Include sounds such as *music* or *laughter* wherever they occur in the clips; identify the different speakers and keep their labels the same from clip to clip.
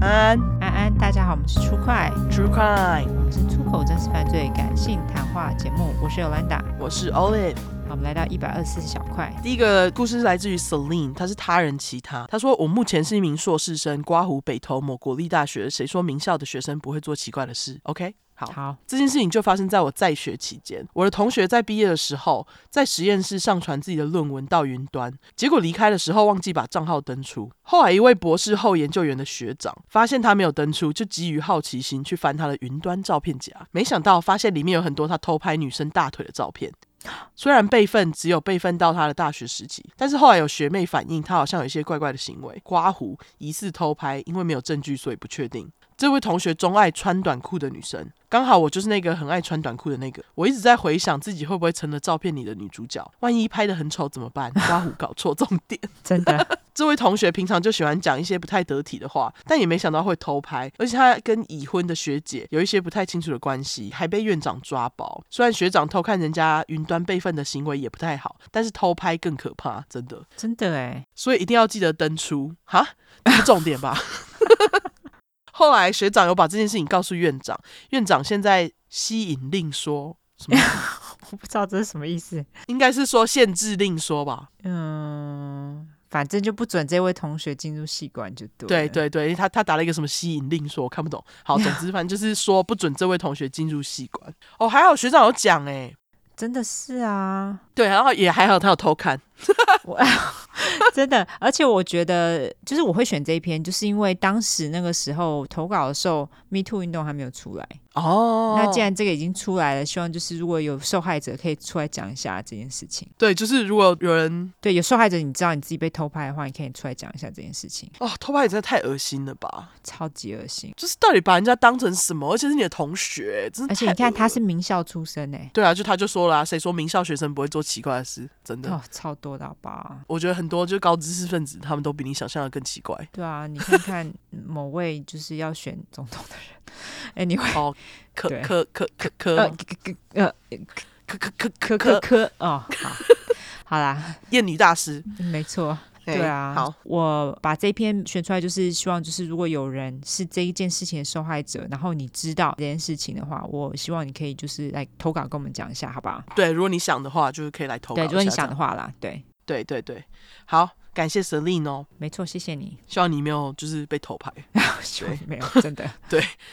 Speaker 1: 安
Speaker 2: 安安，大家好，我们是出快，
Speaker 1: True Crime，
Speaker 2: 我们是出口真实犯罪感性谈话节目，我是 Yolanda。
Speaker 1: 我是 Olive。
Speaker 2: 好，我们来到一百二十四小块，
Speaker 1: 第一个故事是来自于 Celine，她是他人其他。她说：“我目前是一名硕士生，刮胡北投某国立大学。谁说名校的学生不会做奇怪的事？”OK，好。
Speaker 2: 好，
Speaker 1: 这件事情就发生在我在学期间。我的同学在毕业的时候，在实验室上传自己的论文到云端，结果离开的时候忘记把账号登出。后来一位博士后研究员的学长发现他没有登出，就基于好奇心去翻他的云端照片夹，没想到发现里面有很多他偷拍女生大腿的照片。虽然备份只有备份到他的大学时期，但是后来有学妹反映他好像有一些怪怪的行为，刮胡、疑似偷拍，因为没有证据，所以不确定。这位同学钟爱穿短裤的女生，刚好我就是那个很爱穿短裤的那个。我一直在回想自己会不会成了照片里的女主角，万一拍的很丑怎么办？刮胡搞错重点。 *laughs*
Speaker 2: 真 *laughs* 的
Speaker 1: 这位同学平常就喜欢讲一些不太得体的话，但也没想到会偷拍，而且他跟已婚的学姐有一些不太清楚的关系，还被院长抓包。虽然学长偷看人家云端备份的行为也不太好，但是偷拍更可怕，真的。
Speaker 2: 真的哎，
Speaker 1: 所以一定要记得登出哈，这是重点吧。 *laughs* 后来学长有把这件事情告诉院长，院长现在吸引令说什 *laughs* 么？
Speaker 2: 我不知道这是什么意思。
Speaker 1: 应该是说限制令说吧？
Speaker 2: 嗯，反正就不准这位同学进入系馆就对。
Speaker 1: 对，对对，因为他他打了一个什么吸引令说，我看不懂。 *laughs* 好，总之反正就是说不准这位同学进入系馆。哦，还好学长有讲哎、
Speaker 2: 真的是啊，
Speaker 1: 对，然后也还好他有偷看，
Speaker 2: *laughs* 真的，而且我觉得，就是我会选这一篇，就是因为当时那个时候投稿的时候，Me Too 运动还没有出来。
Speaker 1: 哦，
Speaker 2: 那既然这个已经出来了，希望就是如果有受害者可以出来讲一下这件事情。
Speaker 1: 对，就是如果有人
Speaker 2: 对，有受害者，你知道你自己被偷拍的话，你可以出来讲一下这件事情，
Speaker 1: 哦偷拍也真的太恶心了吧？
Speaker 2: 超级恶心。
Speaker 1: 就是到底把人家当成什么？而且是你的同学、真的
Speaker 2: 而且
Speaker 1: 嗯太
Speaker 2: 你看，
Speaker 1: 恶
Speaker 2: 他是名校出身哎、
Speaker 1: 对啊，就他就说了、啊，谁说名校学生不会做奇怪的事？真的，
Speaker 2: 哦，超多的好吧？
Speaker 1: 我觉得很多就高知识分子，他们都比你想象的更奇怪。
Speaker 2: 对啊，你看看某位就是要选总统的人，anyway，
Speaker 1: 哦，可
Speaker 2: 对
Speaker 1: 可可可可
Speaker 2: 呃，可可呃，
Speaker 1: 可可可
Speaker 2: 可
Speaker 1: 可
Speaker 2: 可
Speaker 1: 可
Speaker 2: 可，哦，好，好啦，
Speaker 1: 艳女大师，
Speaker 2: 没错。嗯对啊，
Speaker 1: 好，，
Speaker 2: 我把这篇选出来，就是希望，就是如果有人是这一件事情的受害者，然后你知道这件事情的话，我希望你可以就是来投稿跟我们讲一下，好不好？
Speaker 1: 对，如果你想的话，就是可以来投稿
Speaker 2: 对，
Speaker 1: 一下。
Speaker 2: 如果你想
Speaker 1: 这
Speaker 2: 的
Speaker 1: 样，
Speaker 2: 话啦，对，
Speaker 1: 对对对，好，感谢 Celine 哦，
Speaker 2: 没错，谢谢你，
Speaker 1: 希望你没有就是被偷拍。
Speaker 2: 希望
Speaker 1: 对
Speaker 2: 你 *laughs* 没有，真的，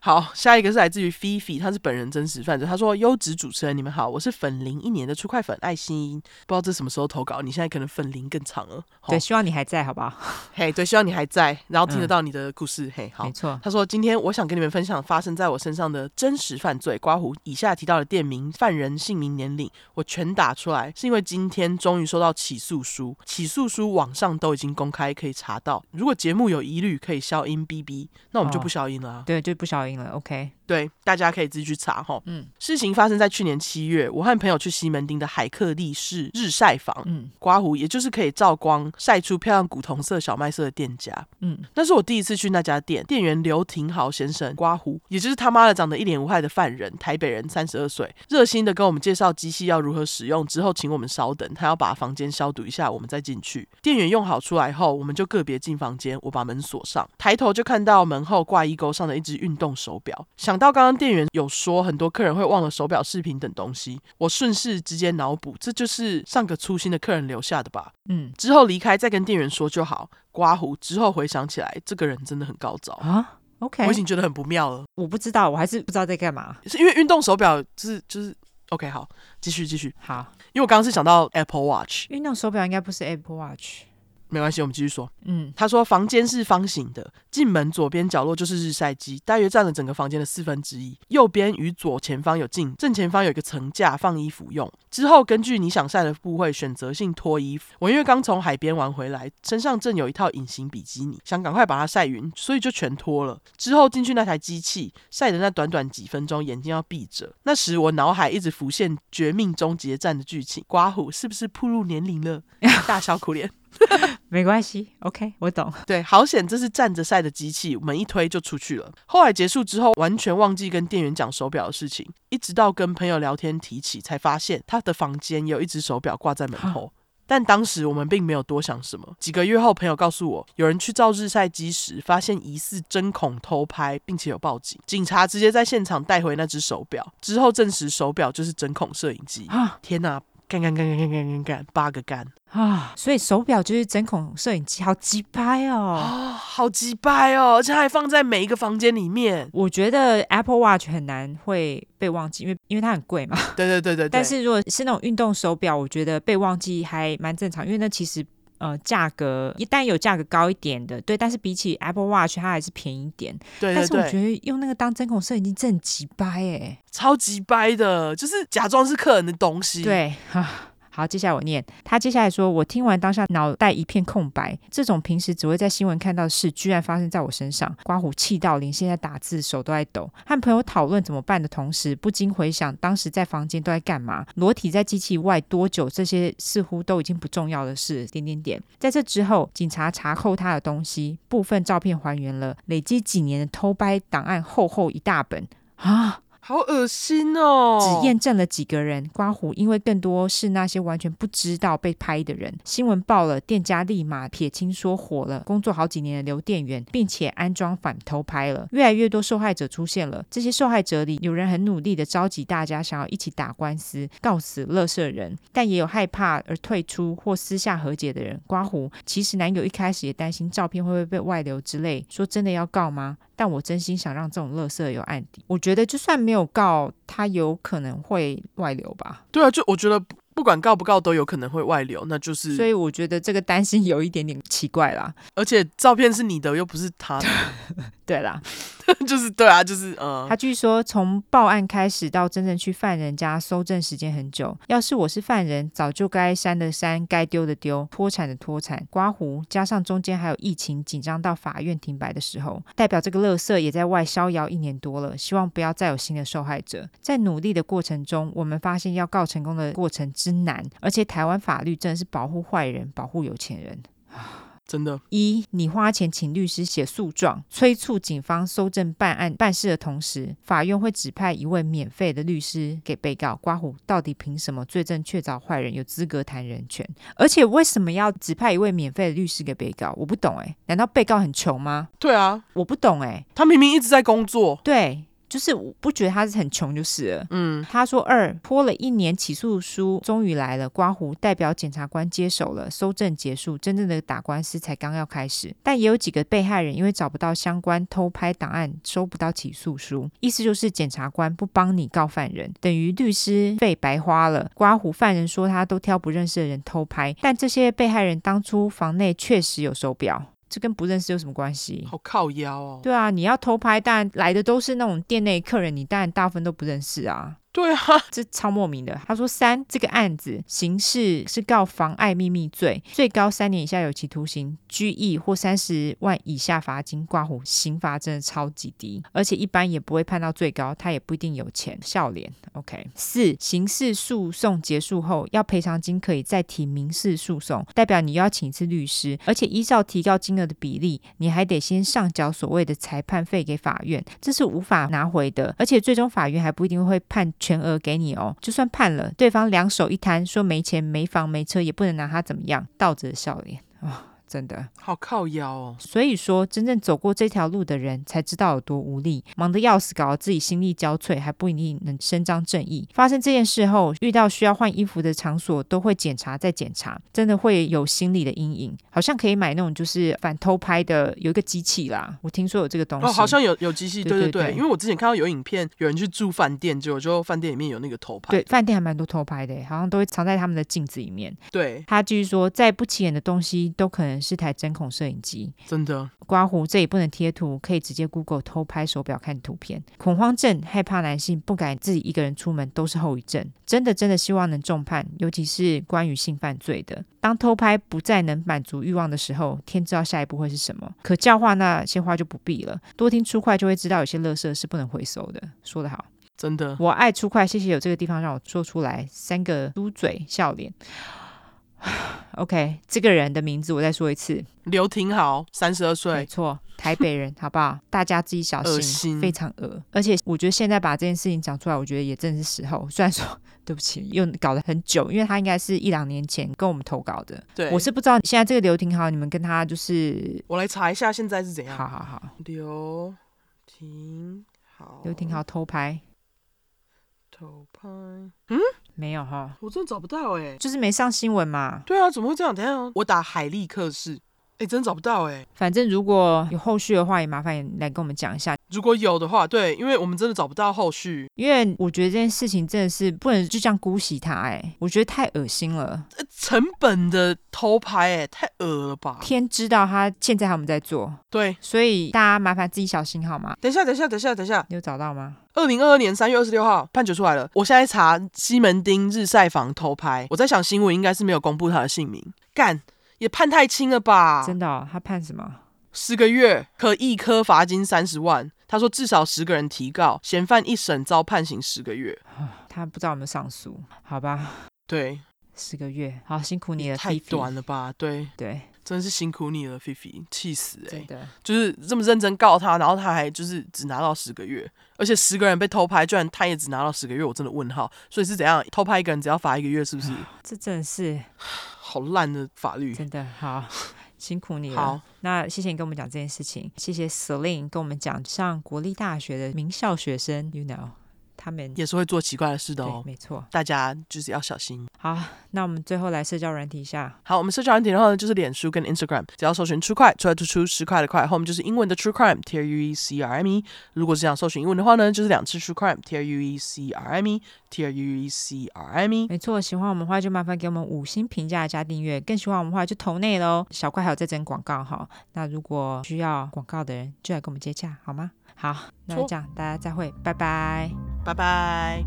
Speaker 1: 好，下一个是来自于菲菲，她是本人真实犯罪。她说：“优质主持人，你们好，我是粉龄一年的出快粉爱心，不知道这什么时候投稿，你现在可能粉龄更长了。好
Speaker 2: 对，希嗯望你还在，好不好？
Speaker 1: 嘿，对，希望你还在，然后听得到你的故事。嘿，好
Speaker 2: 没，错，
Speaker 1: 他说：“今天我想跟你们分享发生在我身上的真实犯罪。刮胡以下提到的店名、犯人姓名、年龄，我全打出来，是因为今天终于收到起诉书。起诉书网上都已经公开，可以查到。如果节目有疑虑，可以消音 BB，那我们就
Speaker 2: 哦
Speaker 1: 不消音了啊、
Speaker 2: 对，就不消音了，OK，
Speaker 1: 对，大家可以自己去查哈。
Speaker 2: 嗯
Speaker 1: 事情发生在去年七月，我和朋友去西门町的海克力士日晒房。”
Speaker 2: 嗯
Speaker 1: 刮胡，也就是可以照光晒出漂亮古铜色小麦色的店家，
Speaker 2: 嗯，
Speaker 1: 那是我第一次去那家店，店员刘廷豪先生刮胡，也就是他妈的长得一脸无害的犯人，台北人，三十二岁，热心的跟我们介绍机器要如何使用，之后请我们稍等，他要把房间消毒一下，我们再进去。店员用好出来后，我们就个别进房间，我把门锁上，抬头就看到门后挂衣钩上的一只运动手表，想到刚刚店员有说很多客人会忘了手表、饰品等东西，我顺势直接脑补，这就是上个粗心的客人留下的吧。
Speaker 2: 嗯
Speaker 1: 之后离开再跟店员说就好。刮胡之后回想起来，这个人真的很高招，
Speaker 2: 啊，OK，
Speaker 1: 我已经觉得很不妙了。
Speaker 2: 我不知道，我还是不知道在干嘛。
Speaker 1: 是因为运动手表就是就是 OK 好，继续继续。
Speaker 2: 好，
Speaker 1: 因为我刚刚是想到 Apple Watch，
Speaker 2: 运动手表应该不是 Apple Watch，
Speaker 1: 没关系，我们继续说。
Speaker 2: 嗯
Speaker 1: 他说房间是方形的，进门左边角落就是日晒机，大约占了整个房间的四分之一。右边与左前方有镜，正前方有一个层架放衣服用。之后根据你想晒的部位选择性脱衣服。我因为刚从海边玩回来，身上正有一套隐形比基尼，想赶快把它晒匀，所以就全脱了。之后进去那台机器晒的那短短几分钟，眼睛要闭着。那时我脑海一直浮现《绝命终结战》的剧情，刮胡是不是步入年龄了？ *laughs* 大小苦脸。
Speaker 2: 没关系，OK，我懂。
Speaker 1: 对，好险，这是站着晒的机器，门一推就出去了。后来结束之后，完全忘记跟店员讲手表的事情，一直到跟朋友聊天提起，才发现他的房间有一只手表挂在门后。但当时我们并没有多想什么。几个月后，朋友告诉我，有人去照日晒机时发现疑似针孔偷拍，并且有报警，警察直接在现场带回那只手表，之后证实手表就是针孔摄影机。
Speaker 2: 啊
Speaker 1: 天哪！干干干干干干干干，八个干
Speaker 2: 啊！所以手表就是针孔摄影机，好鸡掰 *gasps* 哦。
Speaker 1: 哦，好鸡掰哦！而且还放在每一个房间里面。
Speaker 2: 我觉得 Apple Watch 很难会被忘记，因为因为它很贵嘛。
Speaker 1: 对对对对对，
Speaker 2: 但是如果是那种运动手表，我觉得被忘记还蛮正常，因为那其实呃价格一旦有价格高一点的，对，但是比起 Apple Watch 它还是便宜一点。
Speaker 1: 对对
Speaker 2: 但是我
Speaker 1: 对，
Speaker 2: 觉得用那个当针孔摄影机真的很鸡掰哎。
Speaker 1: 超级掰的，就是假装是客人的东西。，
Speaker 2: 对 *laughs* 啊。好，接下来我念。他接下来说：“我听完当下脑袋一片空白，这种平时只会在新闻看到的事，居然发生在我身上。刮胡气到连现在打字手都在抖。和朋友讨论怎么办的同时，不禁回想当时在房间都在干嘛，裸体在机器外多久，这些似乎都已经不重要的事。点点点。在这之后，警察查扣他的东西，部分照片还原了，累积几年的偷拍档案，厚厚一大本啊。”
Speaker 1: 好恶心哦！
Speaker 2: 只验证了几个人。刮胡，因为更多是那些完全不知道被拍的人。新闻报了，店家立马撇清说火了，工作好几年的刘店员，并且安装反偷拍了。越来越多受害者出现了，这些受害者里有人很努力的召集大家，想要一起打官司告死乐色人，但也有害怕而退出或私下和解的人。刮胡，其实男友一开始也担心照片会不会被外流之类，说真的要告吗？但我真心想让这种乐色有案底。我觉得就算没有告，他有可能会外流吧。
Speaker 1: 对啊，就我觉得不不管告不告都有可能会外流，那就是
Speaker 2: 所以我觉得这个担心有一点点奇怪啦。
Speaker 1: 而且照片是你的，又不是他的， *laughs*
Speaker 2: 对啦，
Speaker 1: 就是对啊，就是嗯
Speaker 2: 他，据说从报案开始到真正去犯人家搜证时间很久。要是我是犯人，早就该删的删，该丢的丢，脱产的脱产，刮胡，加上中间还有疫情紧张到法院停摆的时候，代表这个乐色也在外逍遥一年多了。希望不要再有新的受害者。在努力的过程中，我们发现要告成功的过程之难，而且台湾法律真的是保护坏人，保护有钱人。
Speaker 1: 真的
Speaker 2: 一，你花钱请律师写诉状，催促警方搜证办案办事的同时，法院会指派一位免费的律师给被告。刮胡到底凭什么罪证确凿坏人有资格谈人权？而且为什么要指派一位免费的律师给被告？我不懂诶、欸难道被告很穷吗？
Speaker 1: 对啊，
Speaker 2: 我不懂欸诶、
Speaker 1: 他明明一直在工作，
Speaker 2: 对，就是我不觉得他是很穷就是了。
Speaker 1: 嗯，
Speaker 2: 他说二拖了一年起诉书终于来了，刮胡代表检察官接手了，搜证结束，真正的打官司才刚要开始。但也有几个被害人因为找不到相关偷拍档案，收不到起诉书，意思就是检察官不帮你告犯人，等于律师费白花了。刮胡犯人说他都挑不认识的人偷拍，但这些被害人当初房内确实有手表，这跟不认识有什么关系？
Speaker 1: 好靠腰哦，
Speaker 2: 对啊，你要偷拍，当然来的都是那种店内客人，你当然大部分都不认识啊。
Speaker 1: 对啊， *laughs*
Speaker 2: 这超莫名的。他说三，这个案子刑事是告妨碍秘密罪，最高三年以下有期徒刑、拘役或三十万以下罚金。挂虎刑罚真的超级低，而且一般也不会判到最高，他也不一定有钱。笑脸，OK。四，刑事诉讼结束后要赔偿金可以再提民事诉讼，代表你又要请一次律师，而且依照提高金额的比例，你还得先上缴所谓的裁判费给法院，这是无法拿回的，而且最终法院还不一定会判全额给你哦。就算判了，对方两手一摊说没钱、没房、没车，也不能拿他怎么样，倒着笑脸啊、真的。
Speaker 1: 好靠腰哦，
Speaker 2: 所以说，真正走过这条路的人才知道有多无力，忙得要死，搞得自己心力交瘁，还不一定能伸张正义。发生这件事后，遇到需要换衣服的场所，都会检查再检查，真的会有心理的阴影。好像可以买那种就是反偷拍的，有一个机器啦，我听说有这个东西。
Speaker 1: 哦，好像有有机器，
Speaker 2: 对
Speaker 1: 对对
Speaker 2: 对
Speaker 1: 对，
Speaker 2: 对
Speaker 1: 因为我之前看到有影片，有人去住饭店，结果就饭店里面有那个头牌，
Speaker 2: 对，饭店还蛮多偷拍的，欸好像都会藏在他们的镜子里面。
Speaker 1: 对，
Speaker 2: 他继续说，再不起眼的东西都可能是台针孔摄影机。
Speaker 1: 真的
Speaker 2: 刮胡这也不能贴图，可以直接 Google 偷拍手表看图片。恐慌症、害怕男性、不敢自己一个人出门都是后遗症。真的真的希望能重判，尤其是关于性犯罪的。当偷拍不再能满足欲望的时候，天知道下一步会是什么。可教化那些话就不必了，多听出快就会知道有些垃圾是不能回收的。说得好。
Speaker 1: 真的，
Speaker 2: 我爱出快，谢谢有这个地方让我说出来。三个嘟嘴笑脸。 *sighs* OK，这个人的名字我再说一次，
Speaker 1: 刘廷豪，三十二
Speaker 2: 没
Speaker 1: 岁，
Speaker 2: 错，台北人，好不好？大家自己小
Speaker 1: 恶
Speaker 2: 心，
Speaker 1: 心
Speaker 2: 非常恶。而且我觉得现在把这件事情讲出来，我觉得也正是时候。虽然说对不起，又搞得很久，因为他应该是一两年前跟我们投稿的。
Speaker 1: 对，
Speaker 2: 我是不知道现在这个刘廷豪，你们跟他就是，
Speaker 1: 我来查一下现在是怎样。
Speaker 2: 好好好，
Speaker 1: 刘廷豪，
Speaker 2: 刘廷豪偷拍
Speaker 1: 偷拍，
Speaker 2: 没有哈？
Speaker 1: 我真的找不到哎、
Speaker 2: 就是没上新闻嘛。
Speaker 1: 对啊，怎么会这样？等一下哦我打海利克氏，哎、真找不到哎、
Speaker 2: 反正如果有后续的话，也麻烦你来跟我们讲一下，
Speaker 1: 如果有的话，对，因为我们真的找不到后续，
Speaker 2: 因为我觉得这件事情真的是不能就这样姑息他、哎，我觉得太恶心了。
Speaker 1: 呃成本的偷拍哎、太恶了吧？
Speaker 2: 天知道他现在还有没有在做，
Speaker 1: 对，
Speaker 2: 所以大家麻烦自己小心好吗？
Speaker 1: 等一下，等一下，等一下，等一下，
Speaker 2: 你有找到吗？
Speaker 1: 二零二二年三月二十六号判决出来了。我现在查西门町日晒房偷拍，我在想新闻应该是没有公布他的姓名，干也判太轻了吧？
Speaker 2: 真的、哦，他判什么？
Speaker 1: 十个月可一科罚金三十万。他说至少十个人提告，嫌犯一审遭判刑十个月。
Speaker 2: 他不知道有没有上诉？好吧，
Speaker 1: 对，
Speaker 2: 十个月，好辛苦你
Speaker 1: 也
Speaker 2: 了，
Speaker 1: 太
Speaker 2: Fifi
Speaker 1: 短了吧？对，
Speaker 2: 对，
Speaker 1: 真是辛苦你了，菲菲，气死哎、
Speaker 2: 真的，
Speaker 1: 就是这么认真告他，然后他还就是只拿到十个月，而且十个人被偷拍，居然他也只拿到十个月，我真的问号。所以是怎样偷拍一个人只要罚一个月，是不是？
Speaker 2: 这真的是
Speaker 1: 好烂的法律。
Speaker 2: 真的好。
Speaker 1: *laughs*
Speaker 2: 辛苦你了
Speaker 1: 好，，
Speaker 2: 那谢谢你跟我们讲这件事情，谢谢 Celine 跟我们讲上国立大学的名校学生，you know，他们
Speaker 1: 也是会做奇怪的事的
Speaker 2: 对，
Speaker 1: 哦，
Speaker 2: 没错。
Speaker 1: 大家就是要小心。
Speaker 2: 好，那我们最后来社交软体一下，
Speaker 1: 好，我们社交软体的话呢，就是脸书跟 Instagram，只要搜寻 True Crime，出来就出十块的块，后面就是英文的 True Crime，T R U E C R M E。如果是想搜寻英文的话呢，就是两次 True Crime，T R U E C R M E，T R U E C R M E。
Speaker 2: 没错，喜欢我们的话就麻烦给我们五星评价加订阅，更喜欢我们的话就投内喽。小怪还有在征广告哈，那如果需要广告的人就来跟我们接洽好吗？好，那就
Speaker 1: 错
Speaker 2: 这样，大家再会，拜拜。
Speaker 1: 拜拜。